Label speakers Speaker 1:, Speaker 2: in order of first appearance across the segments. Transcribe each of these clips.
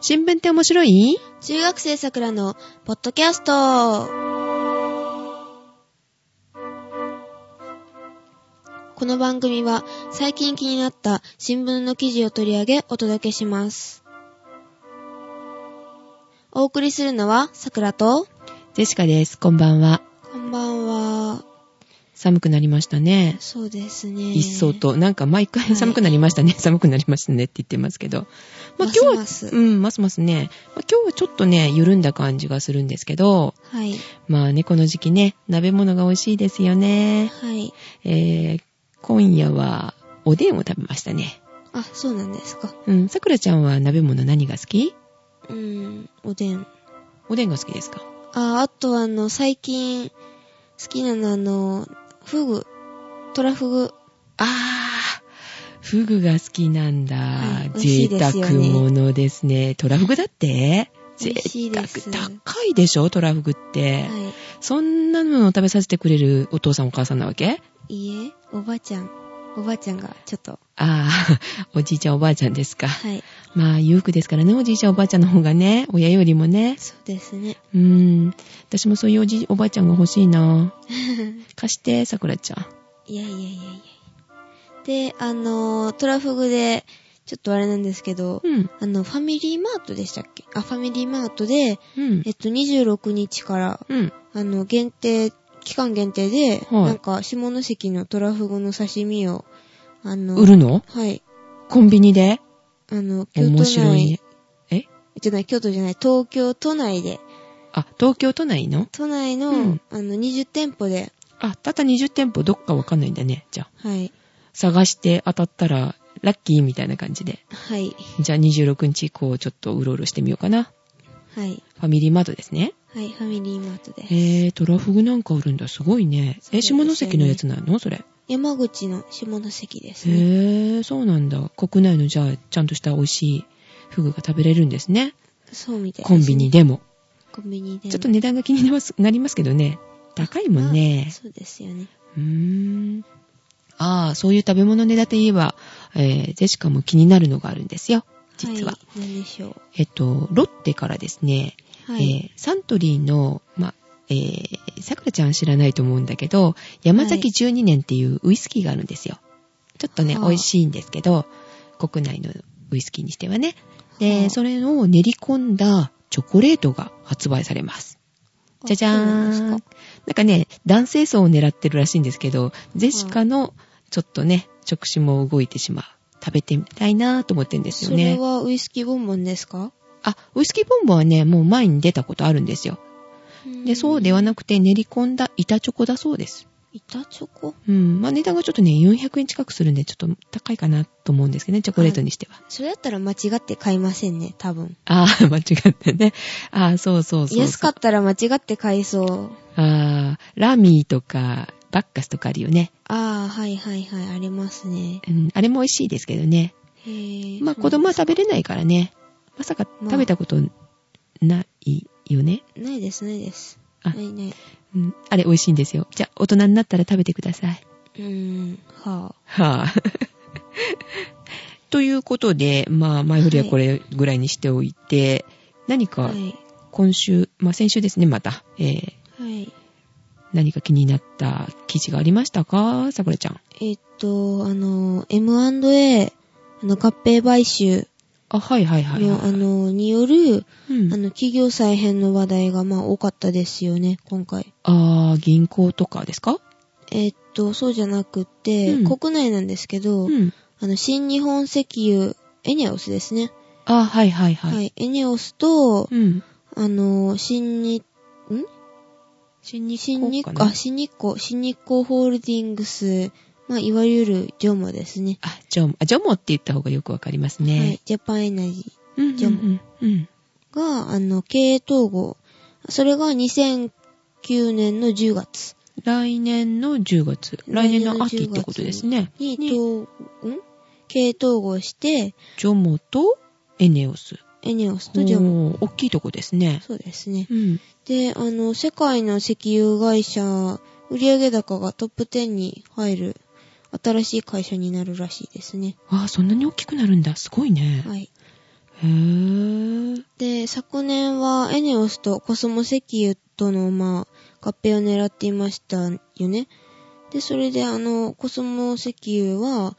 Speaker 1: 新聞って面白い
Speaker 2: 中学生さくらのポッドキャスト。この番組は最近気になった新聞の記事を取り上げお届けします。お送りするのはさくらと、
Speaker 1: ジェシカです。こんばんは。
Speaker 2: こんばんは。
Speaker 1: 寒くなりましたね。
Speaker 2: そうですね。
Speaker 1: 一層。と、なんか毎
Speaker 2: はい
Speaker 1: 回寒くなりましたね、寒くなりましたねって言ってますけど。まあ今
Speaker 2: ます
Speaker 1: 日は、
Speaker 2: ます
Speaker 1: うん、ますますね。まあ今日はちょっとね、緩んだ感じがするんですけど、
Speaker 2: はい。
Speaker 1: まあね、この時期ね、鍋物が美味しいですよね。
Speaker 2: はい。
Speaker 1: えー、今夜はおでんを食べましたね。
Speaker 2: あ、そうなんですか。
Speaker 1: うん、さくらちゃんは鍋物何が好き
Speaker 2: うーん、おでん。
Speaker 1: おでんが好きですか
Speaker 2: あ、あとあの、最近、好きなのあの、フグ。トラフグ。
Speaker 1: あー、フグが好きなんだ。
Speaker 2: はい美味しい
Speaker 1: 贅
Speaker 2: で
Speaker 1: 沢
Speaker 2: すよね
Speaker 1: ものですね。トラフグだって贅
Speaker 2: 美味しい
Speaker 1: 沢
Speaker 2: です。
Speaker 1: 高いでしょトラフグって、
Speaker 2: は
Speaker 1: そんなのを食べさせてくれるお父さんお母さんなわけ
Speaker 2: い。いいえ、おばあちゃん。おばあちゃんが、ちょっと。
Speaker 1: ああ、 おじいちゃんおばあちゃんです か。
Speaker 2: はい。
Speaker 1: まあ、裕福ですからね、おじいちゃんおばあちゃんの方がね、親よりもね。
Speaker 2: そうですね。
Speaker 1: うーん。私もそういうおじい、おばあちゃんが欲しいな。 貸して、さくらちゃん。
Speaker 2: いやいやいやいやで、あの、トラフグで、ちょっとあれなんですけど、
Speaker 1: うん。
Speaker 2: あの、ファミリーマートでしたっけあ、ファミリーマートで、
Speaker 1: うん
Speaker 2: え。っと、26日から、
Speaker 1: うん。
Speaker 2: あの、限定、期間限定で、
Speaker 1: はい
Speaker 2: なんか、下関のトラフグの刺身を、あの、
Speaker 1: 売るの
Speaker 2: はい。
Speaker 1: コンビニで
Speaker 2: あの、京
Speaker 1: 面
Speaker 2: 都
Speaker 1: 白い
Speaker 2: 内
Speaker 1: ね、。え
Speaker 2: じゃない、京都じゃない、東京都内で、
Speaker 1: あ、東京都内の
Speaker 2: 都内の、
Speaker 1: うん
Speaker 2: あの、20店舗で、
Speaker 1: あ、たった20店舗どっかわかんないんだね。じゃあ、
Speaker 2: はい、
Speaker 1: 探して当たったらラッキーみたいな感じで。
Speaker 2: はい、
Speaker 1: じゃあ26日以降ちょっとうろうろしてみようかな。
Speaker 2: はい、
Speaker 1: ファミリーマートですね。
Speaker 2: はい、ファミリーマートで。
Speaker 1: へー、トラフグなんか売るんだ。すごいね。
Speaker 2: そう
Speaker 1: え、
Speaker 2: です
Speaker 1: 下
Speaker 2: よね
Speaker 1: 関のやつなのそれ。
Speaker 2: 山口の下関です
Speaker 1: へ
Speaker 2: ね。
Speaker 1: ー、そうなんだ。国内のじゃあ、ちゃんとした美味しいフグが食べれるんですね。
Speaker 2: そうみたいです
Speaker 1: コ
Speaker 2: ね
Speaker 1: ンビニ。でも。
Speaker 2: コンビニでも。
Speaker 1: ちょっと値段が気になりますなりますけどね。高いもんね
Speaker 2: あ。そうですよね。
Speaker 1: うーん。ああ、そういう食べ物ネタといえば、えー、ジェシカも気になるのがあるんですよ。実は。
Speaker 2: い、何でしょ
Speaker 1: えっと、ロッテからですね、
Speaker 2: う。はい。
Speaker 1: えーサントリーの、ま、えー、さくらちゃん知らないと思うんだけど、山崎12年っていうウイスキーがあるんですよ。ちょっとね、
Speaker 2: はあ
Speaker 1: 美味しいんですけど、国内のウイスキーにしてはね。
Speaker 2: はあ
Speaker 1: で、それを練り込んだチョコレートが発売されます。じゃじゃー
Speaker 2: あそうなん
Speaker 1: ん。
Speaker 2: ですか
Speaker 1: なんかね、男性層を狙ってるらしいんですけど、ゼシカのちょっとね、直視も動いてしまう。食べてみたいなと思ってるんですよ
Speaker 2: それ
Speaker 1: ね。
Speaker 2: はウイスキーボンボンですか
Speaker 1: あ、ウイスキーボンボンはね、もう前に出たことあるんですよ。で、そうでは
Speaker 2: な
Speaker 1: なくて練り込んだ板チョコだそうです。
Speaker 2: 板チョコ
Speaker 1: うん。まあ値段がちょっとね、400円近くするんで、ちょっと高いかなと思うんですけどね、チョコレートにしては。
Speaker 2: それだったら間違って買いませんね、多分。
Speaker 1: ああ、 間違ってね。ああ、そうそうそうそう。
Speaker 2: 安かったら間違って買いそう。
Speaker 1: ああ、ラミーとか、バッカスとかあるよね。
Speaker 2: ああ、はいはいはい、ありますね。
Speaker 1: うん、あれも美味しいですけどね。
Speaker 2: へー
Speaker 1: まあ子供は食べれないからね。まさか食べたことないよね。
Speaker 2: ないです、ないです。
Speaker 1: あ
Speaker 2: ないない。
Speaker 1: うん、あれ美味しいんですよ。じゃあ大人になったら食べてください。
Speaker 2: うーん、は
Speaker 1: はぁ。 ということで、まあ前振りはこれぐらいにしておいて、何
Speaker 2: あ。
Speaker 1: か
Speaker 2: はい。
Speaker 1: 今週、まあ先週ですね、また、えー、
Speaker 2: はい。
Speaker 1: 何か気になった記事がありましたかさくらちゃん。
Speaker 2: えっと、あの、M&A、あの、合併買収
Speaker 1: あ、はいはいはい、
Speaker 2: の、
Speaker 1: は
Speaker 2: あの、による、
Speaker 1: い。う
Speaker 2: あ
Speaker 1: ん、
Speaker 2: の、企業再編の話題が、まあ、多かったですよね、今回。
Speaker 1: あー銀行とかですか
Speaker 2: えっと、そうじゃなくって、
Speaker 1: うん
Speaker 2: 国内なんですけど、
Speaker 1: うん。
Speaker 2: あの、新日本石油、エネオスですね。
Speaker 1: あ、はいはいは。
Speaker 2: はいい。エネオスと、
Speaker 1: うん。
Speaker 2: あの、新日、ん
Speaker 1: 新
Speaker 2: 新
Speaker 1: 日
Speaker 2: 日
Speaker 1: 光
Speaker 2: 光、
Speaker 1: かな
Speaker 2: あ、新日光、新日光ホールディングス、まあ、いわゆるジョモですね。
Speaker 1: あ、ジョモ、あジョモって言った方がよくわかります
Speaker 2: は
Speaker 1: ね
Speaker 2: い。。ジャパンエナジ
Speaker 1: うんうん
Speaker 2: ジョ
Speaker 1: うん。うん。
Speaker 2: ーが、あの、経営統合。それが2009年の10月
Speaker 1: 来年の10月。来年の秋ってことですね。
Speaker 2: に、
Speaker 1: に
Speaker 2: 統ん経営統合して、
Speaker 1: ジョモとエネオス。
Speaker 2: エネオスとジョモ。
Speaker 1: おー大きいとこですね。
Speaker 2: そうですね。
Speaker 1: うん。
Speaker 2: で、あの、世界の石油会社、売上高がトップ10に入る、新しい会社になるらしいですね。
Speaker 1: ああ、そんなに大きくなるんだ。すごいね。
Speaker 2: はい。
Speaker 1: へへぇー。
Speaker 2: で、昨年はエネオスとコスモ石油との、まあ、合併を狙っていましたよね。で、それであの、コスモ石油は、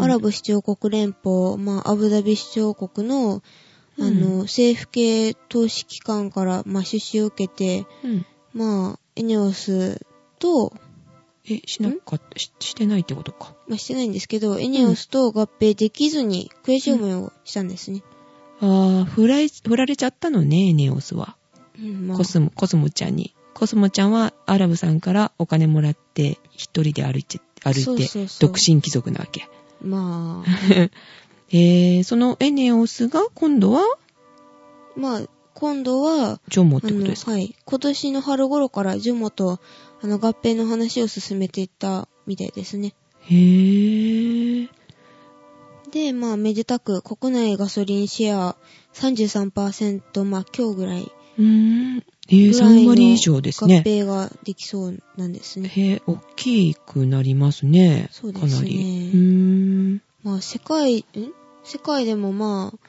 Speaker 2: アラブ首長国連邦、まあ、アブダビ首長国の、あ
Speaker 1: うん
Speaker 2: の、政府系投資機関から、まあ、出資を受けて、
Speaker 1: うん。
Speaker 2: まあ、エネオスと、
Speaker 1: え、しなかった、ししてないってことか。
Speaker 2: まあ、してないんですけど、エネオスと合併できずに悔しい思いをしたんですね。
Speaker 1: ああ、振られ、振られちゃったのね、エネオスは。
Speaker 2: うん、まあ
Speaker 1: コ、スモ、コスモちゃんに。コスモちゃんはアラブさんからお金もらって、一人で歩いて、歩
Speaker 2: そ
Speaker 1: いうて
Speaker 2: そう、そう
Speaker 1: 独身貴族なわけ。
Speaker 2: まあ、
Speaker 1: へえー、そのエネオスが今度は、
Speaker 2: まあ、今度は、
Speaker 1: ジョモっ
Speaker 2: あ
Speaker 1: てこと
Speaker 2: の、
Speaker 1: ですか
Speaker 2: はい。今年の春頃からジュモと、あの、合併の話を進めていったみたいですね。
Speaker 1: へぇー。
Speaker 2: で、まあ、めでたく、国内ガソリンシェア33%、まあ、今日ぐらい。
Speaker 1: うーん。えー、3割以上ですね
Speaker 2: 合。併ができそうなんですね。
Speaker 1: へえ、大きくなりますね。
Speaker 2: そうですね
Speaker 1: かなり。うーん。
Speaker 2: まあ、世界、ん世界でもまあ、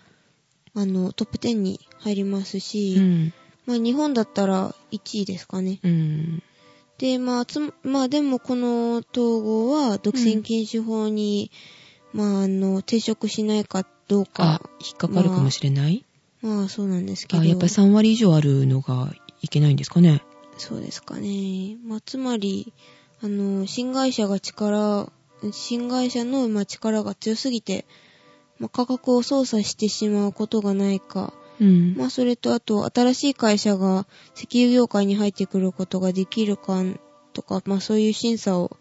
Speaker 2: あの、トップ10に入りますし、
Speaker 1: うん。
Speaker 2: まあ、日本だったら1位ですかね。
Speaker 1: うん。
Speaker 2: で、まあ、つま、まあ、でもこの統合は独占禁止法に、まあ、あの、抵触しないかどう
Speaker 1: あ
Speaker 2: か。、
Speaker 1: 引っかかるかもしれない、
Speaker 2: まあ、そうなんですけど。
Speaker 1: あ、やっぱり3割以上あるのがいけないんですかね。
Speaker 2: そうですかね。まあ、つまり、あの、新会社が力、新会社の、まあ、力が強すぎて、まあ、価格を操作してしまうことがないか。
Speaker 1: うん。
Speaker 2: まあ、それと、あと、新しい会社が石油業界に入ってくることができるかとか、まあ、そういう審査を、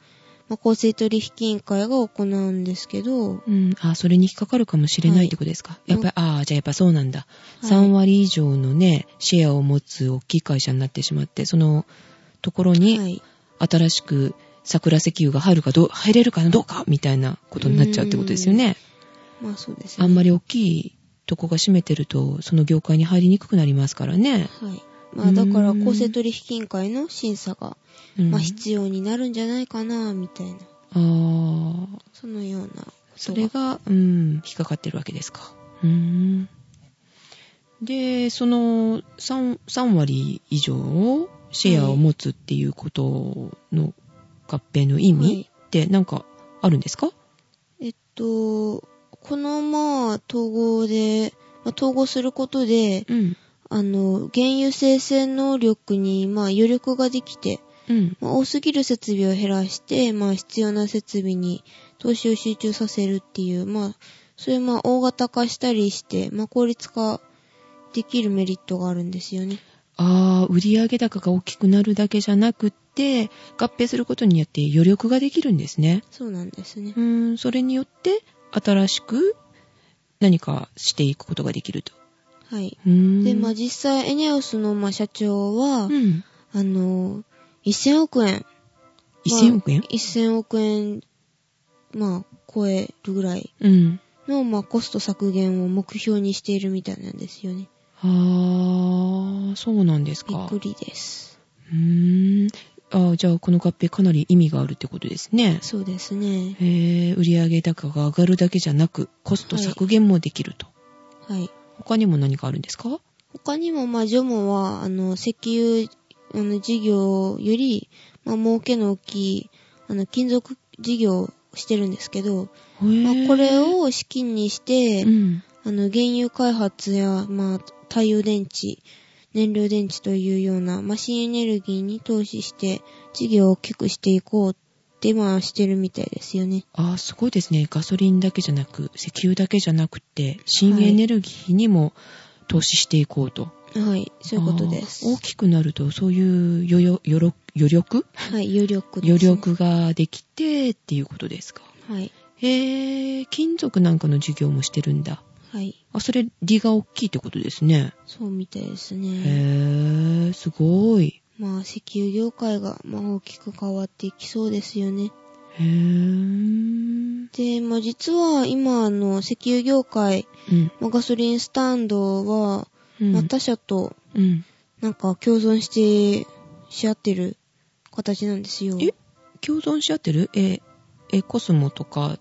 Speaker 2: まあ、公正取引委員会が行うんですけど、
Speaker 1: うん、あ、それに引っかかるかもしれな
Speaker 2: はいい
Speaker 1: ってことですか。
Speaker 2: うん
Speaker 1: やっぱり、ああ、じゃあやっぱそうなんだ、
Speaker 2: はい
Speaker 1: 3割以上のね、シェアを持つ大きい会社になってしまって、そのところ
Speaker 2: は
Speaker 1: に
Speaker 2: い。
Speaker 1: 新しく桜石油が入るかどう、入れるかどうかみたいなことになっちゃうってことですよね。
Speaker 2: まあ、そうですね。
Speaker 1: あんまり大きいとこが占めてると、その業界に入りにくくなりますからね。
Speaker 2: はい。まあ、だから、
Speaker 1: うん
Speaker 2: 公正取引委員会の審査が、
Speaker 1: うん、
Speaker 2: まあ、必要になるんじゃないかな、みたいな。
Speaker 1: あー
Speaker 2: そのような。
Speaker 1: それが、うん、引っかかってるわけですか。うーん。で、その 3, 3割以上をシェアを持つっていうことの合併の意
Speaker 2: はい
Speaker 1: 味ってなんかあるんですか
Speaker 2: えっと、この、まあ、統合で、まあ、統合することで、
Speaker 1: うん。
Speaker 2: あの、原油生成能力に、まあ、余力ができて、
Speaker 1: うん。
Speaker 2: まあ、多すぎる設備を減らして、まあ、必要な設備に投資を集中させるっていう、まあ、そういう、まあ、大型化したりして、まあ、効率化できるメリットがあるんですよね。
Speaker 1: ああ、売上高が大きくなるだけじゃなくって、合併することによって余力ができるんですね。
Speaker 2: そうなんですね
Speaker 1: う。ーん、それによって新しく何かしていくことができると。
Speaker 2: はい。
Speaker 1: うーん。
Speaker 2: で、まあ、実際、エネオスの、まあ、社長は、
Speaker 1: うん。
Speaker 2: あの、1000億円、
Speaker 1: 1000億円、
Speaker 2: 1000億円、まあ、超えるぐらい
Speaker 1: うん。
Speaker 2: の、まあ、コスト削減を目標にしているみたいなんですよね。
Speaker 1: ああ、そうなんです
Speaker 2: びっ
Speaker 1: か。
Speaker 2: くりです。
Speaker 1: うーん。あーじゃあこの合併かなり意味があるってことですね。
Speaker 2: そうですね。
Speaker 1: えー、売上高が上がるだけじゃなく、コスト削減もできると。
Speaker 2: はい。
Speaker 1: 他にも何かあるんですか
Speaker 2: 他にも、まあ、ジョモは、あの、石油、あの、事業より、まあ、儲けの大きい、あの、金属事業をしてるんですけど、
Speaker 1: へー
Speaker 2: まあ、これ、を資金にして、
Speaker 1: うん。
Speaker 2: あの、原油開発や、まあ、太陽電池、燃料電池というような、まあ、新エネルギーに投資して、事業を大きくしていこうって、まあ、してるみたいですよね。
Speaker 1: あーすごいですね。ガソリンだけじゃなく、石油だけじゃなくて、新エネルギーにも投資していこうと。
Speaker 2: はい、そういうことです
Speaker 1: あ。ー大きくなると、そういう余よ余力余力
Speaker 2: はい、余力です、
Speaker 1: 余。力ができてっていうことですか。
Speaker 2: はい、
Speaker 1: へえ、金属なんかの授業もしてるんだ。
Speaker 2: はい、
Speaker 1: あ、それ、利が大きいってことですね。
Speaker 2: そうみたいです
Speaker 1: へ
Speaker 2: ね。
Speaker 1: え、すごい。
Speaker 2: まあ、石油業界が、まあ、大きく変わっていきそうですよね。
Speaker 1: へえ。うん。
Speaker 2: で、まあ、実は、今、あの、石油業界、まあ、ガソリンスタンドは、
Speaker 1: うん。
Speaker 2: まあ、他社と、
Speaker 1: うん。
Speaker 2: なんか共存して、し合ってる形なんですよ。
Speaker 1: え共存し合ってるえ、え、コスモとかっ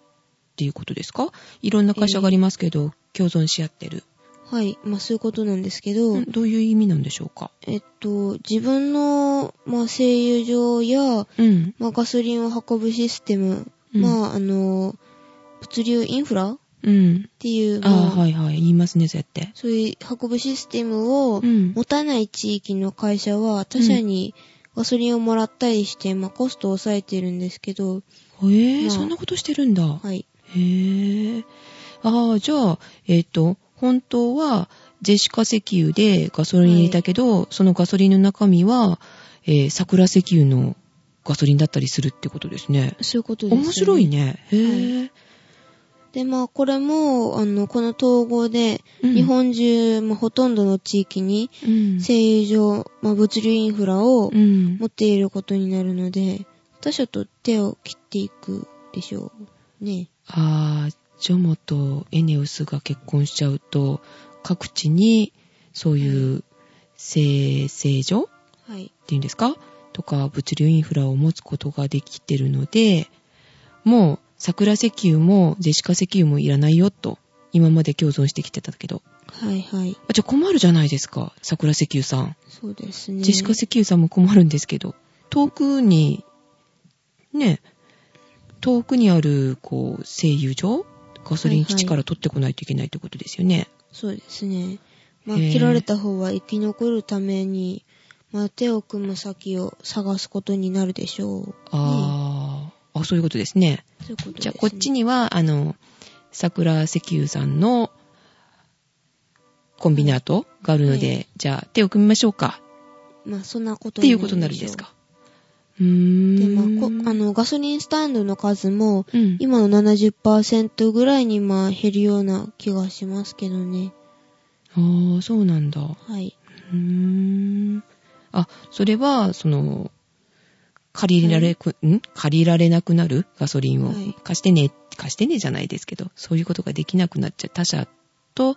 Speaker 1: ていうことですかいろんな会社がありますけど、共存し合ってる。
Speaker 2: はい。まあそういうことなんですけど、
Speaker 1: うんどういう意味なんでしょうか
Speaker 2: えっと、自分の、まあ、製油場や、
Speaker 1: うん。
Speaker 2: まあ、ガソリンを運ぶシステム、
Speaker 1: うん
Speaker 2: まあ、あの、物流インフラっ
Speaker 1: うん。
Speaker 2: ていう、ま
Speaker 1: ああ、はいはい。言いますね、そうやって。
Speaker 2: そういう運ぶシステムを
Speaker 1: うん
Speaker 2: 持たない地域の会社は他社にガソリンをもらったりして、まあ、コストを抑えてるんですけど、
Speaker 1: へえ、
Speaker 2: まあ
Speaker 1: そんなことしてるんだ。
Speaker 2: はい。
Speaker 1: へえ。ああ、じゃあ、えっ、と、本当は、ジェシカ石油でガソリン入れたけど、そのガソリンの中身は、えー桜石油のガソリンだったりするってことですね。
Speaker 2: そういうことです、
Speaker 1: 面白い。ね。へえ、
Speaker 2: で、まあ、これも、あの、この統合で、
Speaker 1: うん
Speaker 2: 日本中、まあ、ほとんどの地域に、
Speaker 1: うん。
Speaker 2: 製油場、まあ、物流インフラを
Speaker 1: うん
Speaker 2: 持っていることになるので、他社と手を切っていくでしょうね。
Speaker 1: ああ、ジョモとエネオスが結婚しちゃうと、各地にそういう生成所っ
Speaker 2: はい。
Speaker 1: ていうんですかとか物流インフラを持つことができてるので、もう桜石油もジェシカ石油もいらないよと、今まで共存してきてたけど。
Speaker 2: はいはい。
Speaker 1: あ、じゃあ困るじゃないですか、桜石油さん。
Speaker 2: そうですね。
Speaker 1: ジェシカ石油さんも困るんですけど、遠くに、ね、遠くにある、こう、製油所、ガソリン基地から取ってこないといけないってことですよね。
Speaker 2: そうですね。まあ、
Speaker 1: へえ
Speaker 2: 切られた方は生き残るために、まあ、手を組む先を探すことになるでしょう。
Speaker 1: あーあ、そういうことですね。
Speaker 2: そういうことです、ね。
Speaker 1: じゃあ、こっちには、あの、桜石油さんのコンビナートがあるので、
Speaker 2: は
Speaker 1: じゃあ、手を組みましょうか、
Speaker 2: まあ、そんなこと
Speaker 1: っていうことになるんですか。うーん。
Speaker 2: でしょう。で、まあ、こあの、ガソリンスタンドの数も、
Speaker 1: うん、
Speaker 2: 今の70%ぐらいに、まあ、減るような気がしますけどね。
Speaker 1: ああ、そうなんだ。
Speaker 2: はい。
Speaker 1: うーんあ、それは、その、借りられく、ん借りられなくなるガソリンを、
Speaker 2: はい
Speaker 1: 貸してね、貸してねじゃないですけど、そういうことができなくなっちゃう。他社と、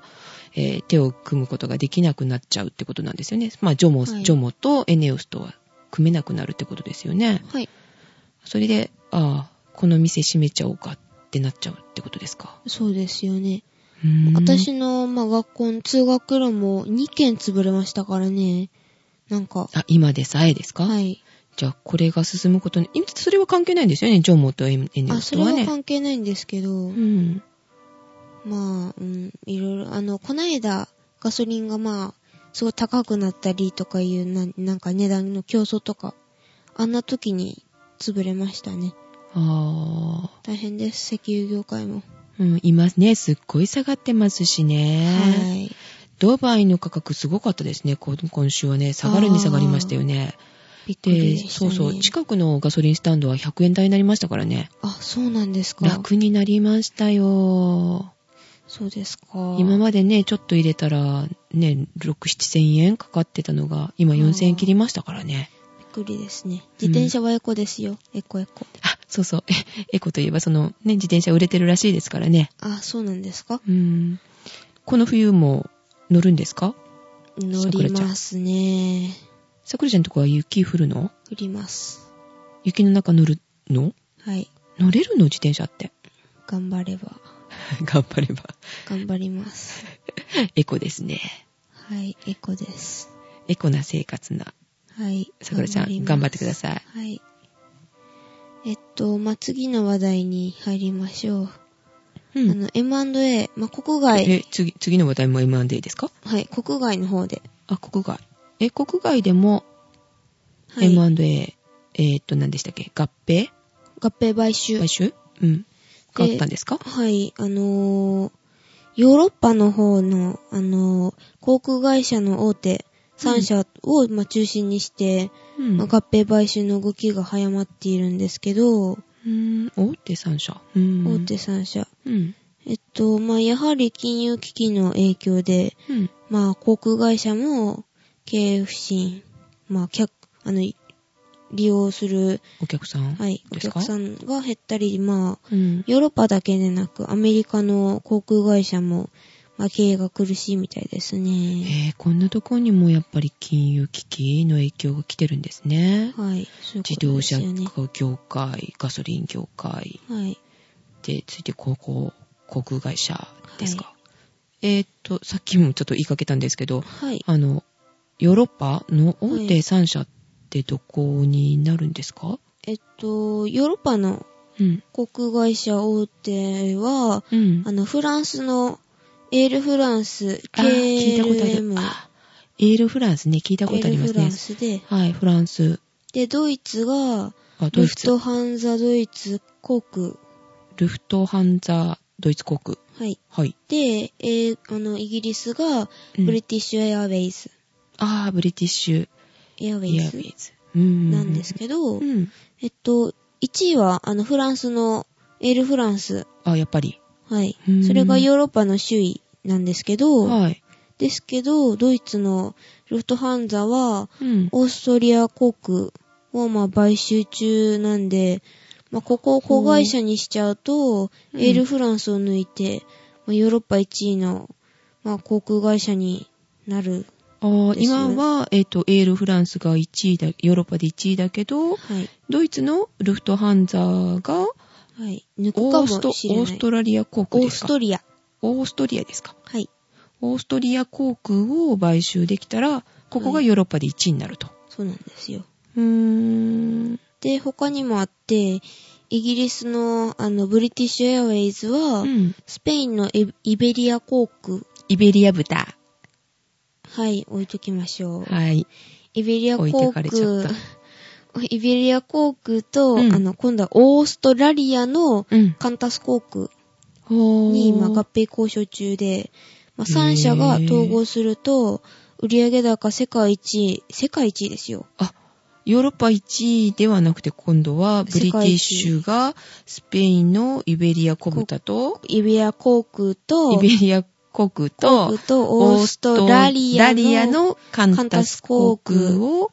Speaker 1: えー手を組むことができなくなっちゃうってことなんですよね。まあ、ジョモ、
Speaker 2: はい
Speaker 1: ジョモとエネオスとは組めなくなるってことですよね。
Speaker 2: はい。
Speaker 1: それで、ああ、この店閉めちゃおうかってなっちゃうってことですか。
Speaker 2: そうですよね。
Speaker 1: うーん
Speaker 2: 私の、まあ、学校の通学路も2件潰れましたからね。なんか、
Speaker 1: あ、今でさえですか
Speaker 2: はい。
Speaker 1: じゃあ、これが進むことに、今、それは関係ないんですよね、ジョモとエネオ
Speaker 2: あ、
Speaker 1: ス
Speaker 2: そ
Speaker 1: と
Speaker 2: れ
Speaker 1: は
Speaker 2: は
Speaker 1: ね。
Speaker 2: 関係ないんですけど、
Speaker 1: うん。
Speaker 2: まあ、うん、いろいろ、あの、こないだ、ガソリンがまあ、すごい高くなったりとかいう、ななんか値段の競争とか、あんな時に潰れましたね。
Speaker 1: ああ、
Speaker 2: 大変です、石油業界も。
Speaker 1: うん、今ね、すっごい下がってますしね。
Speaker 2: はい。
Speaker 1: ドバイの価格すごかったですね、こ今週はね。下がるに下がりましたよね。
Speaker 2: びっくり
Speaker 1: で、
Speaker 2: でした、ね。
Speaker 1: そうそう、近くのガソリンスタンドは100円台になりましたからね。
Speaker 2: あ、そうなんですか。
Speaker 1: 楽になりましたよ。
Speaker 2: そうですか。
Speaker 1: 今までね、ちょっと入れたら、ね、6、7千円かかってたのが、今4千円切りましたからね。
Speaker 2: びっくりですね。自転車はエコですよ。エコエコ。
Speaker 1: あ、そうそう、えエコといえば、その、ね、自転車売れてるらしいですからね。
Speaker 2: あ、そうなんですか
Speaker 1: うん。この冬も乗るんですか
Speaker 2: 乗りますね。
Speaker 1: さくらちゃんのとこは雪降るの
Speaker 2: 降ります。
Speaker 1: 雪の中乗るの
Speaker 2: はい。
Speaker 1: 乗れるの自転車って。
Speaker 2: 頑張れば。
Speaker 1: 頑張れば。
Speaker 2: 頑張ります。
Speaker 1: エコですね。
Speaker 2: はい。エコです。
Speaker 1: エコな生活な。
Speaker 2: はい。
Speaker 1: さくらちゃん頑張ってください
Speaker 2: い。はい。えっと、まあ、次の話題に入りましょう。
Speaker 1: うん
Speaker 2: あの、M&A、まあ、国外、
Speaker 1: え、次、次の話題も M&A ですか
Speaker 2: はい、国外の方で。
Speaker 1: あ、国外。え、国外でも
Speaker 2: はい。
Speaker 1: M&A、えーっと、何でしたっけ合併
Speaker 2: 合併買収。
Speaker 1: 買収うん。があったんですか
Speaker 2: はい、あのーヨーロッパの方の、あのー航空会社の大手3社を、まあ、中心にして、
Speaker 1: うん
Speaker 2: まあ合併買収の動きが早まっているんですけど、
Speaker 1: うん。大手3社。うん。
Speaker 2: 大手。3社。
Speaker 1: うん。
Speaker 2: えっと、まあ、やはり金融危機の影響で、
Speaker 1: うん。
Speaker 2: まあ、航空会社も経営不振、まあ、客、あの、利用する、
Speaker 1: お客さん。
Speaker 2: はい、お
Speaker 1: ですか
Speaker 2: 客さんが減ったり、まあ、
Speaker 1: うん。
Speaker 2: ヨーロッパだけでなく、アメリカの航空会社も、まあ、経営が苦しいみたいですね。
Speaker 1: えー、こんなとこにもやっぱり金融危機の影響が来てるんですね。
Speaker 2: はい。そういう
Speaker 1: 自
Speaker 2: こと
Speaker 1: 動
Speaker 2: です
Speaker 1: 車
Speaker 2: よね。
Speaker 1: 業界、ガソリン業界
Speaker 2: はい。
Speaker 1: で、ついて航空、航空会社ですか。えーっと、さっきもちょっと言いかけたんですけど、
Speaker 2: はい。
Speaker 1: あの、ヨーロッパの大
Speaker 2: は
Speaker 1: 手
Speaker 2: い
Speaker 1: 3社ってどこになるんですか、
Speaker 2: えっと、ヨーロッパの
Speaker 1: うん。
Speaker 2: 航空会社大手は、
Speaker 1: うん。
Speaker 2: あの、フランスのエールフランス、
Speaker 1: あー聞いたことあ
Speaker 2: KLM
Speaker 1: る。、あエールフランスね、聞いたこ
Speaker 2: エ
Speaker 1: とあ
Speaker 2: ー
Speaker 1: り
Speaker 2: ル
Speaker 1: ま
Speaker 2: フ
Speaker 1: す
Speaker 2: ラ
Speaker 1: ね
Speaker 2: ン。スで、
Speaker 1: はい、フランス。
Speaker 2: で、ドイツが、
Speaker 1: あ、ド
Speaker 2: ル
Speaker 1: イ
Speaker 2: フト
Speaker 1: ツ。
Speaker 2: ハンザドイツ航空、
Speaker 1: ルフトハンザ、ドイツ航空。
Speaker 2: はい。
Speaker 1: はい。
Speaker 2: で、えーあの、イギリスが、
Speaker 1: うん
Speaker 2: ブリティッシュエアウェイズ、
Speaker 1: あー、ブリティッシュ、
Speaker 2: エアウェ
Speaker 1: イ
Speaker 2: イ
Speaker 1: ヤーウ
Speaker 2: ズ
Speaker 1: ェイズ。うん
Speaker 2: なんですけど、
Speaker 1: うん。
Speaker 2: えっと、1位は、あの、フランスの、エールフランス、
Speaker 1: あ、やっぱり。
Speaker 2: はい
Speaker 1: うん。
Speaker 2: それがヨーロッパの首位なんですけど、
Speaker 1: はい。
Speaker 2: ですけど、ドイツのルフトハンザは、
Speaker 1: うん。
Speaker 2: オーストリア航空をまあ買収中なんで、まあ、ここを子会社にしちゃうと、
Speaker 1: うん
Speaker 2: エールフランスを抜いて、まあ、ヨーロッパ1位の、まあ、航空会社になる。
Speaker 1: あー
Speaker 2: ですね
Speaker 1: 今は、えっ、と、エールフランスが1位だ、ヨーロッパで1位だけど、
Speaker 2: はい。
Speaker 1: ドイツのルフトハンザが、
Speaker 2: はい。抜くか
Speaker 1: オースト、オ
Speaker 2: もしれない。
Speaker 1: ーストラリア航空
Speaker 2: オ
Speaker 1: で
Speaker 2: ー
Speaker 1: す
Speaker 2: ス
Speaker 1: か
Speaker 2: トリア。
Speaker 1: オーストリアですか。
Speaker 2: はい。
Speaker 1: オーストリア航空を買収できたら、ここがヨーロッパで1位になると。
Speaker 2: そうなんですよ。
Speaker 1: うーん。
Speaker 2: で、他にもあって、イギリスの、あの、ブリティッシュエアウェイズは、
Speaker 1: うん。
Speaker 2: スペインのイイベリア航空。
Speaker 1: イベリア豚。
Speaker 2: はい、置いときましょう。
Speaker 1: はい。
Speaker 2: イベリア
Speaker 1: 置い
Speaker 2: 航
Speaker 1: てか
Speaker 2: 空
Speaker 1: れちゃっ、
Speaker 2: イベリア航空と、
Speaker 1: うん
Speaker 2: あの、今度はオーストラリアの
Speaker 1: うん。
Speaker 2: カンタス航空
Speaker 1: ほ
Speaker 2: に今合
Speaker 1: ー。
Speaker 2: 併交渉中で、まあ、
Speaker 1: へー
Speaker 2: 3社が統合すると、売上高世界一位、世界一位ですよ。
Speaker 1: あ、ヨーロッパ1位ではなくて、今度はブリティッシュが、スペインのイベリア小豚と、
Speaker 2: イベリア航空と、
Speaker 1: イベリア航空
Speaker 2: 航
Speaker 1: と
Speaker 2: 空、とオーストラリア
Speaker 1: オーストラリア
Speaker 2: の、
Speaker 1: のカンタス航空を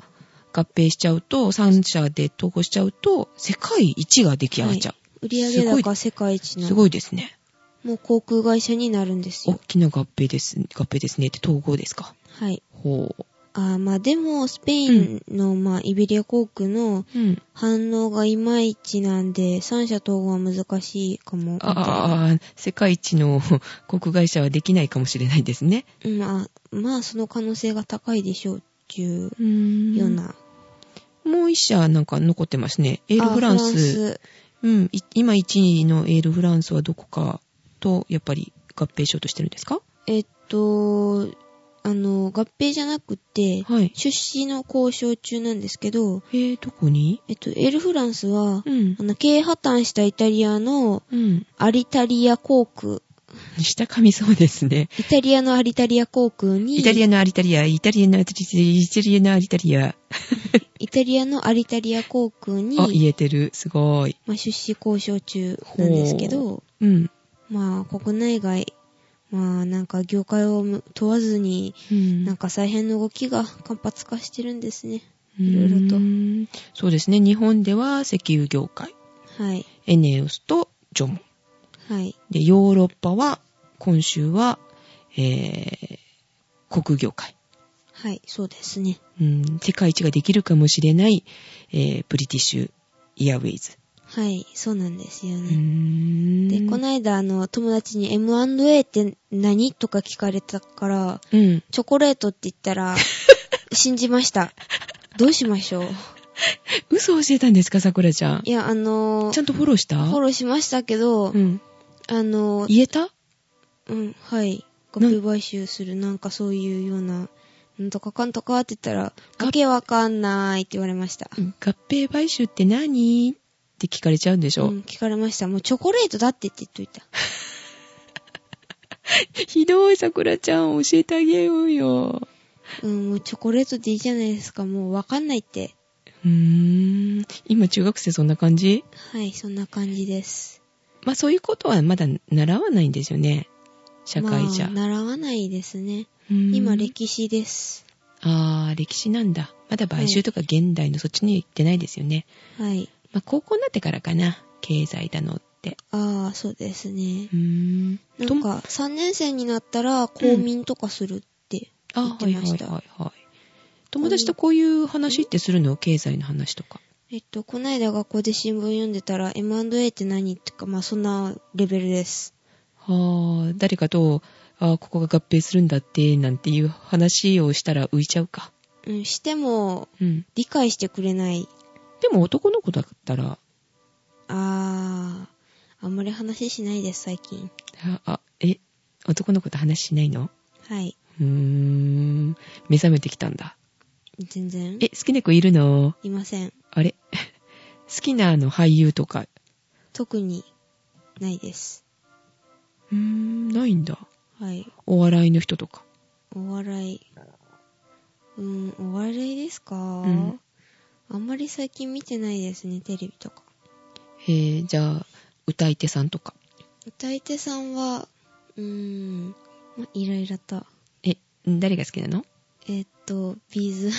Speaker 1: 合併しちゃうと、3社で統合しちゃうと、世界一が出来上がっちゃう。
Speaker 2: 売上高世界一
Speaker 1: す
Speaker 2: の、
Speaker 1: ごいですね。
Speaker 2: もう航空会社になるんです
Speaker 1: 大
Speaker 2: よ。
Speaker 1: きな合併です、合併ですねって統合ですか。
Speaker 2: はい。
Speaker 1: ほう。
Speaker 2: あーまあでも、スペインの、まあ、イベリア航空の
Speaker 1: うん。
Speaker 2: 反応がいまいちなんで、三者統合は難しいかも。みたいな
Speaker 1: ああ、世界一の航空会社はできないかもしれないですね。
Speaker 2: うんまあ、まあ、その可能性が高いでしょうっていう
Speaker 1: うーん
Speaker 2: ような。
Speaker 1: もう一社なんか残ってますね。エール
Speaker 2: あ
Speaker 1: フランス。
Speaker 2: フ
Speaker 1: うん。い今1位のエールフランスはどこかと、やっぱり合併しようとしてるんですか
Speaker 2: えっと、あの、合併じゃなくて、
Speaker 1: はい。
Speaker 2: 出資の交渉中なんですけど、
Speaker 1: えー、どこに
Speaker 2: えっと、エールフランスは、
Speaker 1: うん
Speaker 2: あ。の、経営破綻したイタリアの
Speaker 1: うん。
Speaker 2: アリタリア航空、
Speaker 1: 下噛みそうですね。
Speaker 2: イタリアのアリタリア航空に、
Speaker 1: イタリアのアリタリア、イタリアのアリタリア、イタリアのアリタリア。
Speaker 2: イタリアのアリタリア航空に、
Speaker 1: あ、言えてる。すごい。
Speaker 2: まあ、出資交渉中なんですけど、
Speaker 1: うん。
Speaker 2: まあ、国内外、まあ、なんか業界をむ問わずに、
Speaker 1: うん
Speaker 2: なんか再編の動きが活発化してるんですね。
Speaker 1: い
Speaker 2: いろいろと
Speaker 1: そうですね。日本では石油業界、
Speaker 2: はい。
Speaker 1: エネオスとジョモン。
Speaker 2: はい。
Speaker 1: で、ヨーロッパは、今週は、えー、国業界。
Speaker 2: はい、そうですね。
Speaker 1: うん、世界一ができるかもしれない、えー、ブリティッシュ・イヤーウェイズ。
Speaker 2: はい、そうなんですよ
Speaker 1: う
Speaker 2: ね。
Speaker 1: ん。
Speaker 2: で、この間、あの、友達に M&A って何とか聞かれたから、
Speaker 1: うん。
Speaker 2: チョコレートって言ったら、信じました。どうしましょう。
Speaker 1: 嘘を教えたんですか、桜ちゃん
Speaker 2: い。や、あの
Speaker 1: ち、ゃんとフォローした
Speaker 2: フォローしましたけど、
Speaker 1: うん。
Speaker 2: あの、
Speaker 1: 言えた
Speaker 2: うん、はい。合
Speaker 1: なん
Speaker 2: 併買収する、なんかそういうような、なんとかかんとかって言ったら、わけわかんないって言われました。
Speaker 1: 合併買収って何って聞かれちゃうんでし
Speaker 2: う
Speaker 1: ょ、
Speaker 2: ん、聞かれました。もうチョコレートだってって言っといた。
Speaker 1: ひどい、桜ちゃん、教えてあげようよ。
Speaker 2: うん、もうチョコレートでいいじゃないですか。もうわかんないって。
Speaker 1: うーん。今、中学生そんな感じ
Speaker 2: はい、そんな感じです。
Speaker 1: まあ、そういうことはまだ習わないんですよね。社会じゃ。
Speaker 2: まあ、習わないですね。
Speaker 1: うん
Speaker 2: 今、歴史です。
Speaker 1: あー、歴史なんだ。まだ買収とか現代のそっちには行ってないですよね。
Speaker 2: はい。
Speaker 1: まあ、高校になってからかな。経済だのって。
Speaker 2: ああ、そうですね
Speaker 1: う。ーん。
Speaker 2: なんか、3年生になったら公民とかするって。
Speaker 1: と
Speaker 2: 言
Speaker 1: も、
Speaker 2: っ
Speaker 1: あ
Speaker 2: て
Speaker 1: はいはい
Speaker 2: ま
Speaker 1: は
Speaker 2: し
Speaker 1: い
Speaker 2: た
Speaker 1: はい。友達とこういう話ってするの経済の話とか。
Speaker 2: えっと、この間学校で新聞読んでたら、M&A って何ってか、まあ、そんなレベルです。
Speaker 1: はあ、誰かと、ああ、ここが合併するんだって、なんていう話をしたら浮いちゃうか。
Speaker 2: うん、しても
Speaker 1: うん。
Speaker 2: 理解してくれない。
Speaker 1: でも男の子だったら、
Speaker 2: あー、あんまり話しないです、最近。
Speaker 1: あ、あえ、男の子と話しないの
Speaker 2: はい。
Speaker 1: うーん、目覚めてきたんだ。
Speaker 2: 全然。
Speaker 1: え、好きな子いるの
Speaker 2: いません。
Speaker 1: あれ 好きなあの俳優とか。
Speaker 2: 特に、ないです。
Speaker 1: うーん、ないんだ。
Speaker 2: はい。
Speaker 1: お笑いの人とか。
Speaker 2: お笑い。うーん、お笑いですか、
Speaker 1: ん
Speaker 2: あんまり最近見てないですね、テレビとか。
Speaker 1: えー、じゃあ、歌い手さんとか。
Speaker 2: 歌い手さんは、うーん、ま、いろいろと。
Speaker 1: え、誰が好きなの
Speaker 2: えっと、ビーズ。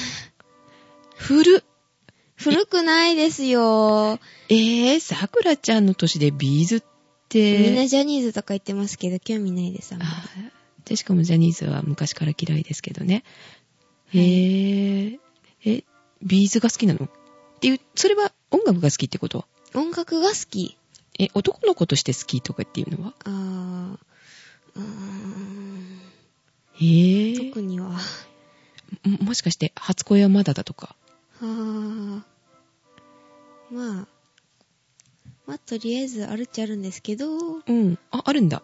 Speaker 1: 古
Speaker 2: 古くないですよ。
Speaker 1: えー、さくらちゃんの年でビーズっ
Speaker 2: みんな
Speaker 1: て。
Speaker 2: ジャニーズとか言ってますけど、興味ないです、あんま
Speaker 1: あーで、しかもジャニーズは昔から嫌いですけどね。えー、え、ビーズが好きなのっていう、それは音楽が好きってこと
Speaker 2: り。音楽が好き。
Speaker 1: え、男の子として好きとかっていうのは
Speaker 2: あー、うーん、
Speaker 1: えー、
Speaker 2: 特には。
Speaker 1: ももしかして初恋はまだだとか。
Speaker 2: はー。まあ、まあ、とりあえずあるっちゃあるんですけど、
Speaker 1: うん。あ、あるんだ。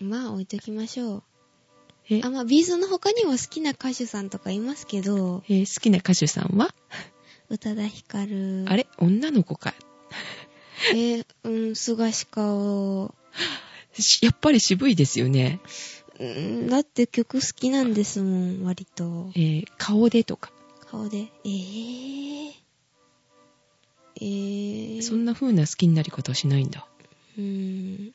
Speaker 2: まあ置いときましょう。
Speaker 1: え、
Speaker 2: あ、まあ、ビーズの他にも好きな歌手さんとかいますけど、
Speaker 1: えー好きな歌手さんは
Speaker 2: 宇多田ヒカル。
Speaker 1: あれ女の子か。
Speaker 2: えーうん、菅氏顔。
Speaker 1: しやっぱり渋いですよね。
Speaker 2: うん、だって曲好きなんですもん、割と。
Speaker 1: えー顔でとか。
Speaker 2: 顔で。えー。えー。
Speaker 1: そんな風な好きになり方はしないんだ。
Speaker 2: うん。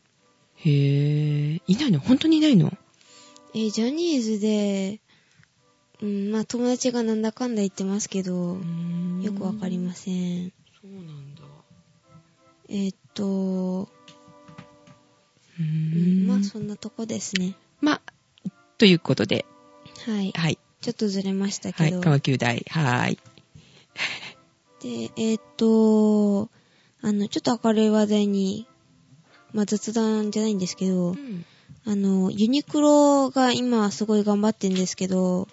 Speaker 1: へえ、いないの本当にいないの。
Speaker 2: えージャニーズで、うん、まあ友達がなんだかんだ言ってますけど、よくわかりますせん。
Speaker 1: そうなんだ。
Speaker 2: えーっと、
Speaker 1: うー
Speaker 2: うんん、まあそんなとこですね。
Speaker 1: まあ、ということで、
Speaker 2: はい。
Speaker 1: はい。
Speaker 2: ちょっとずれました
Speaker 1: は
Speaker 2: け
Speaker 1: い。
Speaker 2: ど。
Speaker 1: 川球大。はーい。
Speaker 2: で、えーっと、あの、ちょっと明るい話題に、まあ雑談じゃないんですけど、あの、ユニクロが今すごい頑張ってんですけど、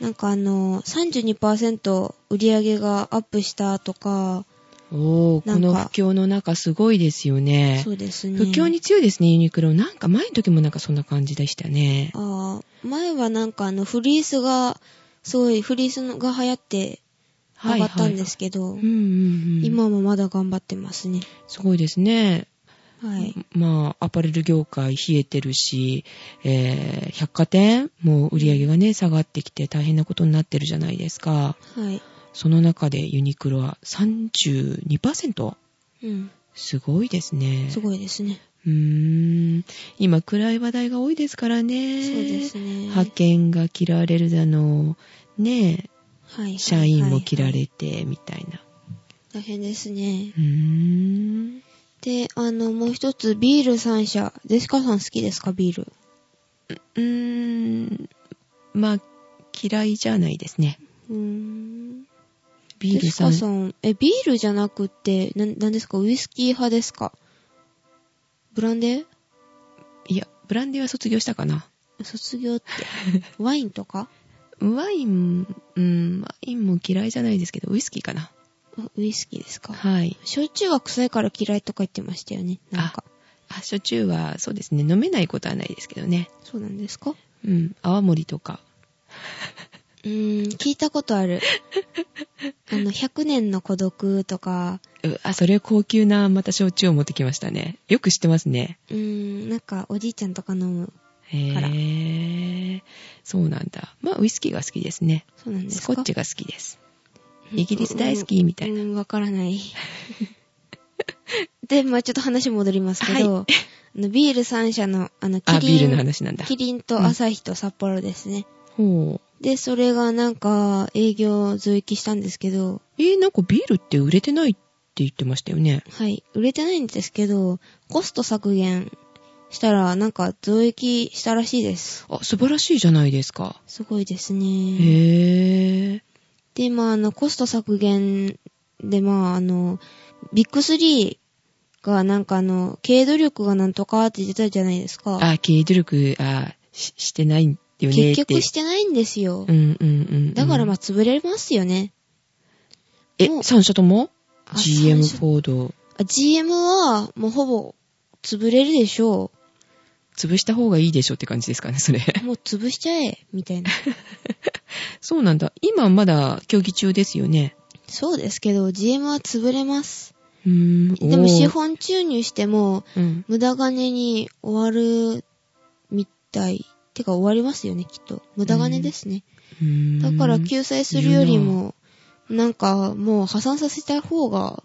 Speaker 2: なんかあの、32%売り上げがアップしたとか、
Speaker 1: おー、
Speaker 2: な
Speaker 1: こ
Speaker 2: んか
Speaker 1: の不況の中すごいですよね
Speaker 2: そ。うですね。
Speaker 1: 不況に強いですね、ユニクロ。なんか前の時もなんかそんな感じでしたね。
Speaker 2: ああ、前はなんかあの、フリースが、すごいフリースのが流行って上がったんですけど、
Speaker 1: はいはいはいうんうんうん、
Speaker 2: 今もまだ頑張ってますね。
Speaker 1: すごいですね。
Speaker 2: はい。
Speaker 1: まあ、アパレル業界冷えてるし、えー百貨店も売り上げがね、下がってきて大変なことになってるじゃないですか。
Speaker 2: はい。
Speaker 1: その中でユニクロは 32%?
Speaker 2: うん。
Speaker 1: すごいですね。
Speaker 2: すごいですね。
Speaker 1: うーん。今、暗い話題が多いですからね。
Speaker 2: そうですね。
Speaker 1: 派遣が嫌われるだの、ね
Speaker 2: はい。
Speaker 1: え、社員も切
Speaker 2: ら
Speaker 1: られて、みたいな。
Speaker 2: 大変ですね。
Speaker 1: うーん。
Speaker 2: で、あの、もう一つ、ビール3社。デシカさん好きですか、ビール。
Speaker 1: うーん。まあ、嫌いじゃないですね。
Speaker 2: うーん。
Speaker 1: ビー
Speaker 2: デ
Speaker 1: ル
Speaker 2: シカ
Speaker 1: さん。
Speaker 2: さん、え、ビールじゃなくって、な、なんですか、ウイスキー派ですかブランデー
Speaker 1: いや、ブランデーは卒業したか な。
Speaker 2: 卒業って。ワインとか
Speaker 1: ワイン、うん、ワインも嫌いじゃないですけど、ウイスキーかな。
Speaker 2: あウイスキーですか
Speaker 1: はい。
Speaker 2: 焼酎は臭いから嫌いとか言ってましたよね。なんか。
Speaker 1: あ、焼酎は、そうですね、飲めないことはないですけどね。
Speaker 2: そうなんですか
Speaker 1: うん、泡盛と か。
Speaker 2: うーん、聞いたことあ る。あの、100年の孤独とか、
Speaker 1: うあ、それは高級な、また焼酎を持ってきましたね。よく知ってますね。
Speaker 2: うーん、なんか、おじいちゃんとか飲む。
Speaker 1: へー。そうなんだ。まあ、ウイスキーが好きですね。
Speaker 2: そうなんです
Speaker 1: ス
Speaker 2: か
Speaker 1: コッチが好きです。イギリス大好きみたいな。
Speaker 2: な。わか らない。で、まあちょっと話戻りますけど、
Speaker 1: はい
Speaker 2: あのビール3社の、あ の、キ
Speaker 1: あ、ビ
Speaker 2: リ
Speaker 1: ールの
Speaker 2: ン、
Speaker 1: 話なんだ。
Speaker 2: キリンと朝日と札幌ですね。
Speaker 1: ほう。
Speaker 2: で、それがなんか、営業増益したんですけど、
Speaker 1: えー、なんかビールって売れてないって言ってましたよね。
Speaker 2: はい、売れてないんですけど、コスト削減したら、なんか増益したらしいです。
Speaker 1: あ、素晴らしいじゃないですか。
Speaker 2: すごいですね。
Speaker 1: へえ。
Speaker 2: で、まああの、コスト削減で、まああの、ビッグ3が、なんかあの、経営努力がなんとかって出たじゃないですか。
Speaker 1: あ、経営努力、あし、してないよねって。
Speaker 2: 結局してないんですよ。
Speaker 1: うんうんうんうん。
Speaker 2: だからまあ、潰れますよね。
Speaker 1: え、
Speaker 2: もう
Speaker 1: 3社とも
Speaker 2: あ
Speaker 1: ?GM
Speaker 2: 三社
Speaker 1: フォード、
Speaker 2: あ GM は、もうほぼ、潰れるでしょ
Speaker 1: 潰した方がいいでしょって感じですかね、それ。
Speaker 2: う。もう潰しちゃえ、みた いな。
Speaker 1: そうなんだ。今まだ競技中ですよね。
Speaker 2: そうですけど、GM は潰れます。
Speaker 1: うーん。
Speaker 2: でも資
Speaker 1: おー。
Speaker 2: 本注入しても、
Speaker 1: うん。
Speaker 2: 無駄金に終わるみたい。てか終わりますよね、きっと。無駄金ですね。
Speaker 1: うーん
Speaker 2: だから救済するよりも、なんかもう破産させた方が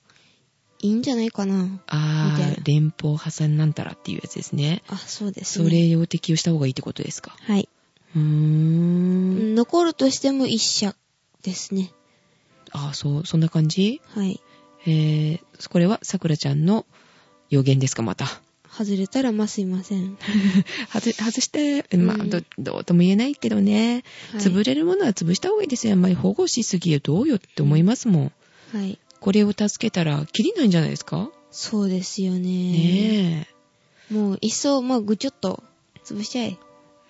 Speaker 2: いいんじゃないかな。
Speaker 1: あ
Speaker 2: みたい
Speaker 1: ー
Speaker 2: な、
Speaker 1: 連邦破産なんたらっていうやつですね。
Speaker 2: あ、そうです、
Speaker 1: そ
Speaker 2: ね。。
Speaker 1: れを適用した方がいいってことですか。
Speaker 2: はい。
Speaker 1: うーん。
Speaker 2: 残るとしても一社ですね。
Speaker 1: あー、そう、そんな感じ
Speaker 2: はい。
Speaker 1: えー、これはさくらちゃんの予言ですか、また。
Speaker 2: 外れたらまあすいません。
Speaker 1: 外外して、まあ、
Speaker 2: うん
Speaker 1: ど、どうとも言えないけどね、
Speaker 2: はい
Speaker 1: 潰れるものは潰した方がいいですよ。あんまり保護しすぎよ、どうよって思いますもん。
Speaker 2: はい。
Speaker 1: これを助けたら、きりないんじゃないですか
Speaker 2: そうですよね。
Speaker 1: ね
Speaker 2: もういっそ、まあぐちょっと潰しちゃえ。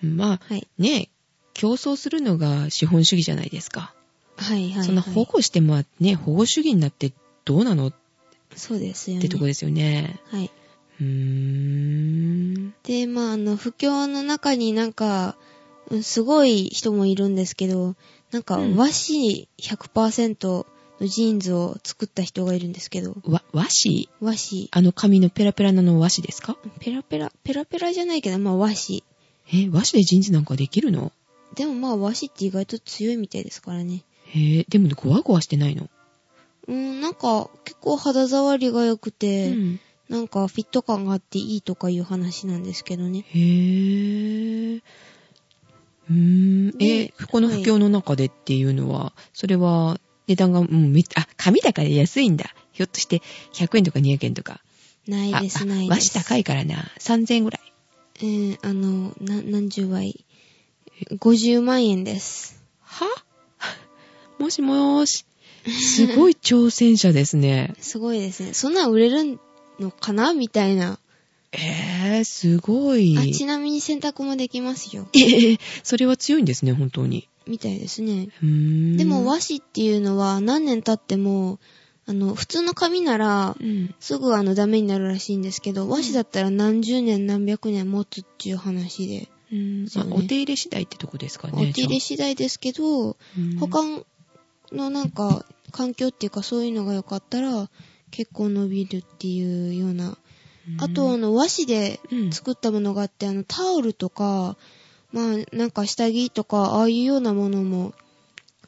Speaker 1: え。まあ、
Speaker 2: はい。
Speaker 1: ねえ、競争するのが資本主義じゃないですか。
Speaker 2: はいはい、はい。
Speaker 1: そんな保護してもね、保護主義になってどうなのっ
Speaker 2: そうですよね。
Speaker 1: てとこですよね。
Speaker 2: はい。
Speaker 1: うーん。
Speaker 2: で、まあ、あの、不況の中になんか、うんすごい人もいるんですけど、なんか
Speaker 1: うん
Speaker 2: 和紙100%のジーンズを作った人がいるんですけど、
Speaker 1: わ、和紙
Speaker 2: 和紙、
Speaker 1: あの紙のペラペラなの和紙ですか
Speaker 2: ペラペラ、ペラペラじゃないけど、まあ和紙。
Speaker 1: え、和紙でジーンズなんかできるの
Speaker 2: でもまあ和紙って意外と強いみたいですからね。
Speaker 1: へえ、でもね、ゴワゴワしてないの。
Speaker 2: うん、なんか結構肌触りが良くて、
Speaker 1: うん
Speaker 2: なんかフィット感があっていいとかいう話なんですけど
Speaker 1: へ
Speaker 2: ね。
Speaker 1: え。うーん。え
Speaker 2: ね、
Speaker 1: この不況の中でっていうのは、それは値段が、うん、めっあ、紙だから安いんだ。ひょっとして100円とか200円とか。
Speaker 2: ない
Speaker 1: あ
Speaker 2: です、
Speaker 1: あ
Speaker 2: ない
Speaker 1: 和紙
Speaker 2: です。
Speaker 1: 高
Speaker 2: い。
Speaker 1: いからな。3000円ぐらい。
Speaker 2: えー、あの、な、何十倍。50万円です。。
Speaker 1: は もしもーし。すごい挑戦者ですね
Speaker 2: すごいですね。そんなん売れるのかなみたいな。
Speaker 1: えー、すごい。
Speaker 2: あ、ちなみに洗濯もできますよ。
Speaker 1: ええそれは強いんですね、本当に。
Speaker 2: みたいですね。
Speaker 1: うーん。
Speaker 2: でも和紙っていうのは何年経っても、あの、普通の紙なら、
Speaker 1: うん。
Speaker 2: すぐあの、ダメになるらしいんですけど、和紙だったら何十年何百年持つっていう話で、
Speaker 1: うん
Speaker 2: そうね
Speaker 1: まあお手入れ次第ってとこですかね。
Speaker 2: お手入れ次第ですけど、
Speaker 1: うん
Speaker 2: 他のなんか、環境っていうかそういうのが良かったら、結構伸びるっていうような。あと、あの、和紙で
Speaker 1: うん
Speaker 2: 作ったものがあって、あの、タオルとか、まあ、なんか下着とか、ああいうようなものも、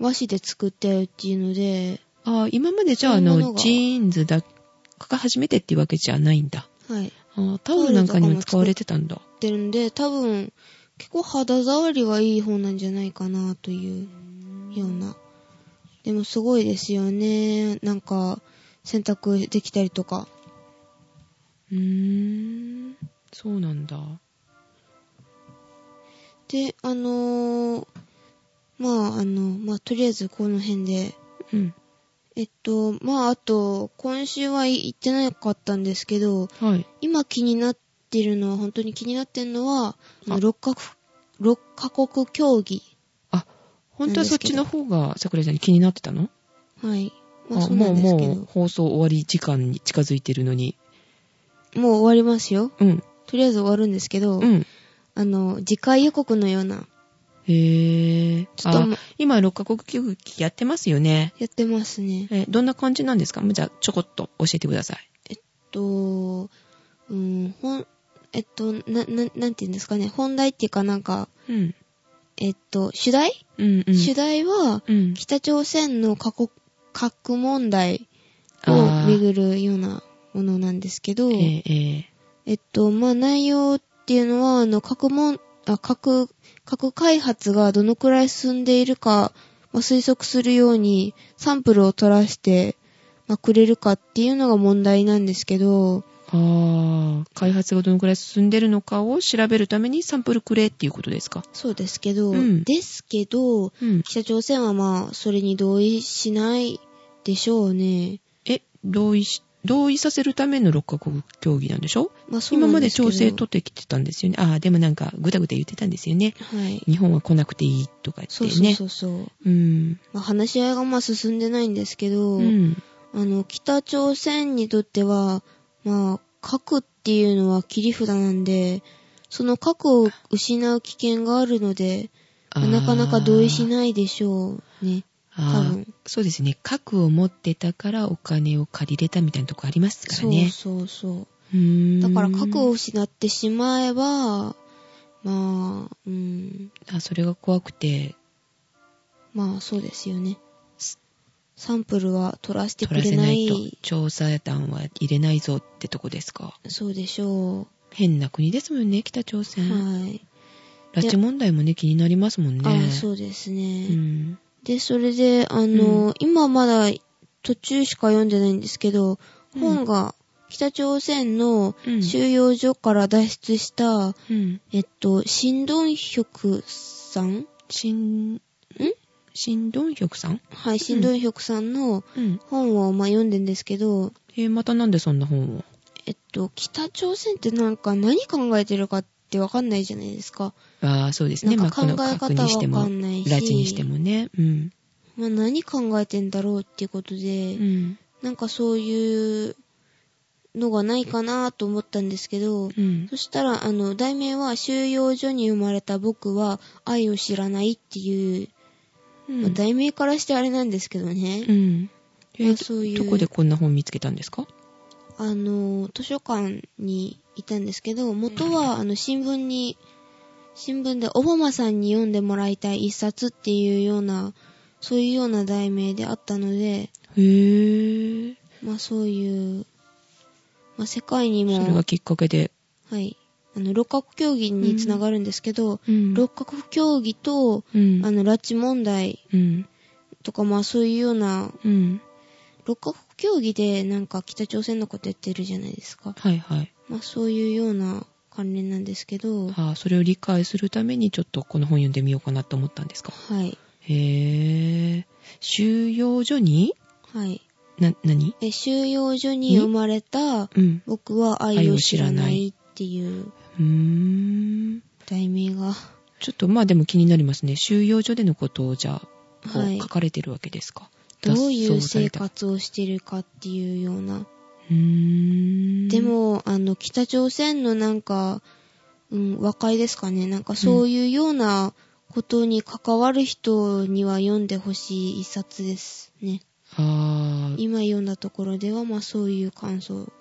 Speaker 2: 和紙で作ってるっていうので、
Speaker 1: あー今までじゃあ、あ
Speaker 2: そういうも
Speaker 1: の、
Speaker 2: のが
Speaker 1: ジーンズだが初めてっていうわけじゃないんだ。
Speaker 2: はい、
Speaker 1: あータオルなんかにも使われてたんだ。
Speaker 2: 出るんで、多分、結構肌触りはいい方なんじゃないかな、というような。でもすごいですよね。なんか、洗濯できたりとか。
Speaker 1: うーん。そうなんだ。
Speaker 2: で、あのーまあ、あの、まあ、とりあえずこの辺で、
Speaker 1: うん。
Speaker 2: えっと、まあ、あと、今週は行ってなかったんですけど、
Speaker 1: はい。
Speaker 2: 今気になってるのは、本当に気になってるのは、
Speaker 1: あ
Speaker 2: 6カ国、六カ国競技。
Speaker 1: あ、本当はそっちの方が、桜井さんに気になってたの
Speaker 2: はい。まあ、
Speaker 1: あ
Speaker 2: そうな
Speaker 1: もうん
Speaker 2: ですけど。
Speaker 1: もう
Speaker 2: も
Speaker 1: 放送終わり時間に近づいてるのに。
Speaker 2: う終わりますよ。
Speaker 1: うん。
Speaker 2: とりあえず終わるんですけど、
Speaker 1: うん。
Speaker 2: あの、次回予告のような、
Speaker 1: へぇー。
Speaker 2: ちょっと
Speaker 1: あ今、6カ国球技やってますよね。
Speaker 2: やってますね。えっ
Speaker 1: え、どんな感じなんですかじゃあ、ちょこっと教えてください。
Speaker 2: と、うん、ほん、えっと、な、な、なんて言うんですかね、本題っていうかなんか、
Speaker 1: うん。
Speaker 2: えっと、主題、
Speaker 1: うん、うん。
Speaker 2: 主題は、
Speaker 1: うん。
Speaker 2: 北朝鮮の核核問題
Speaker 1: あ
Speaker 2: を
Speaker 1: ー
Speaker 2: 巡るようなものなんですけど、
Speaker 1: え
Speaker 2: え
Speaker 1: ーえ
Speaker 2: っと、まあ、内容っていうのは、あの、核問、あ、核、核開発がどのくらい進んでいるか、まあ、推測するようにサンプルを取らせて、まあ、くれるかっていうのが問題なんですけど、
Speaker 1: ーあー開発がどのくらい進んでるのかを調べるためにサンプルくれっていうことですか。
Speaker 2: そうですけど、
Speaker 1: うん
Speaker 2: ですけ
Speaker 1: う
Speaker 2: ど、
Speaker 1: ん。
Speaker 2: 北朝鮮はまあ、それに同意しないでしょうね。
Speaker 1: え、同意し、同意させるための6カ国協議なんでしょ
Speaker 2: まあそう
Speaker 1: 今
Speaker 2: な
Speaker 1: ま
Speaker 2: ん
Speaker 1: です
Speaker 2: けど
Speaker 1: 調整取ってきてたんですよね。ああ、でもなんかぐだぐだ言ってたんですよね。
Speaker 2: はい。
Speaker 1: 日本は来なくていいとか言って
Speaker 2: そ
Speaker 1: ね。
Speaker 2: うそうそうそ
Speaker 1: う
Speaker 2: う。
Speaker 1: ん。
Speaker 2: まあ、話し合いがまあ進んでないんですけど、
Speaker 1: うん。
Speaker 2: あの、北朝鮮にとっては、まあ、核っていうのは切り札なんで、その核を失う危険があるので、
Speaker 1: あー
Speaker 2: なかなか同意しないでしょうね。多
Speaker 1: あー
Speaker 2: 分
Speaker 1: そうですね。核を持ってたからお金を借りれたみたいなとこありますから
Speaker 2: そう
Speaker 1: ね。
Speaker 2: そうそう
Speaker 1: ー
Speaker 2: う。
Speaker 1: ん
Speaker 2: だから核を失ってしまえば、まあ、うん、
Speaker 1: あ、それが怖くて、
Speaker 2: まあそうですよね
Speaker 1: す。
Speaker 2: サンプルは取らせてく
Speaker 1: 取ら
Speaker 2: れ
Speaker 1: せ
Speaker 2: な。
Speaker 1: ないいと。調査団は入れないぞってとこですか。
Speaker 2: そうでしょ
Speaker 1: 変な国ですもんね、北朝
Speaker 2: う。
Speaker 1: 鮮。
Speaker 2: はい。
Speaker 1: 拉致問題もね、気になりますもんね。
Speaker 2: あそうですね。
Speaker 1: うん。
Speaker 2: で、それで、あの、今まだ途中しか読んでないんですけど、
Speaker 1: うん
Speaker 2: 本が北朝鮮の
Speaker 1: うん
Speaker 2: 収容所から脱出した、
Speaker 1: うん。
Speaker 2: えっと、シンドンヒョクさん
Speaker 1: しん、んしんどんひょくさん
Speaker 2: はい、シンドンヒョクさんの
Speaker 1: うん。
Speaker 2: 本を、まあ、読んでんですけど、
Speaker 1: えーまたなんでそんな本を
Speaker 2: えっと、北朝鮮ってなんか何考えてるかってわかんないじゃないですか。
Speaker 1: ああ、そうです
Speaker 2: な
Speaker 1: ね。
Speaker 2: んか
Speaker 1: まあ
Speaker 2: 考
Speaker 1: こ
Speaker 2: え
Speaker 1: の
Speaker 2: 方わ
Speaker 1: 核にしても、
Speaker 2: か
Speaker 1: 拉
Speaker 2: んないし、
Speaker 1: 致にしてもね。うん。
Speaker 2: まあ、何考えてんだろうっていうこと
Speaker 1: う
Speaker 2: で、
Speaker 1: ん。
Speaker 2: なんかそういうのがないかなと思ったんですけど、
Speaker 1: うん
Speaker 2: そ。したら、あの、題名は、収容所に生まれた僕は愛を知らないっていう、
Speaker 1: うん
Speaker 2: まあ題名からしてあれなんですけどね、
Speaker 1: うん。えー
Speaker 2: まあそういう
Speaker 1: どこでこんな本見つけたんですか
Speaker 2: あの、図書館にいたんですけど、元は、あの、新聞に、新聞でオバマさんに読んでもらいたい一冊っていうような、そういうような題名であったので、
Speaker 1: へえ。
Speaker 2: まあそういう、まあ世界に
Speaker 1: それ
Speaker 2: も
Speaker 1: が、きっかけで。
Speaker 2: はい、あの、六角競技につながるんですけど、
Speaker 1: うん
Speaker 2: 六角競技と、
Speaker 1: うん
Speaker 2: あ。の、拉致問題
Speaker 1: うん。
Speaker 2: とか、まあそういうような、
Speaker 1: うん。
Speaker 2: 六角競技でなんか北朝鮮のことやってるじゃないですか。
Speaker 1: はいはい。
Speaker 2: まあそういうような関連なんですけど、は
Speaker 1: ああ、それを理解するためにちょっとこの本読んでみようかなと思ったんですか。
Speaker 2: い。
Speaker 1: へえ。収容所に
Speaker 2: はい。
Speaker 1: な、何
Speaker 2: え、収容所に生まれた
Speaker 1: うん。
Speaker 2: 僕は愛を知らないっていう
Speaker 1: うーん。
Speaker 2: 題名が、
Speaker 1: ちょっとまあでも気になりますね。収容所でのことをじゃあ、こう
Speaker 2: はい
Speaker 1: 書。かれてるわけですか。
Speaker 2: どうい
Speaker 1: 脱
Speaker 2: う
Speaker 1: 走され
Speaker 2: 生
Speaker 1: た
Speaker 2: 活をしてるかっていうような。
Speaker 1: うーん。
Speaker 2: で、も、あの、北朝鮮のなんか、うん、和解ですかね。なんかそういうようなことに関わる人には読んでほしい一冊ですね。
Speaker 1: ああ、う
Speaker 2: 今読んだところでは、まあそういう感想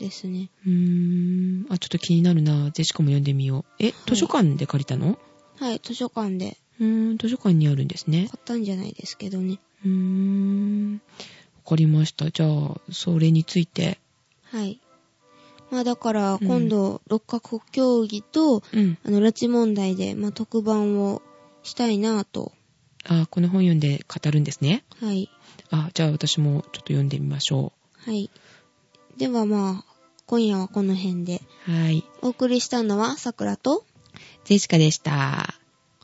Speaker 2: ですね。
Speaker 1: ーん。あ、ちょっと気になるな。ゼシカも読んでみよう。え、図書館で借りたの
Speaker 2: はい、図書館で
Speaker 1: うーん、図書館にあるんですね
Speaker 2: 買。ったんじゃないですけどね。
Speaker 1: うーん。わかりました。じゃあ、それについて。
Speaker 2: はい。まあだから、
Speaker 1: うん
Speaker 2: 今度、六カ国協議と、
Speaker 1: うん。
Speaker 2: あの、拉致問題で、まあ特番をしたいなぁと。
Speaker 1: あ、この本読んで語るんですね。
Speaker 2: はい。
Speaker 1: あ、じゃあ私もちょっと読んでみましょ
Speaker 2: はい。ではまあ、今夜はこの辺で。
Speaker 1: う。はい。
Speaker 2: お送りしたのは、さくらと、
Speaker 1: ゼシカでした。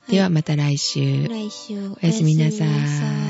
Speaker 1: ではまた来週。
Speaker 2: 来週。
Speaker 1: おやすみなさ
Speaker 2: おやすみなさい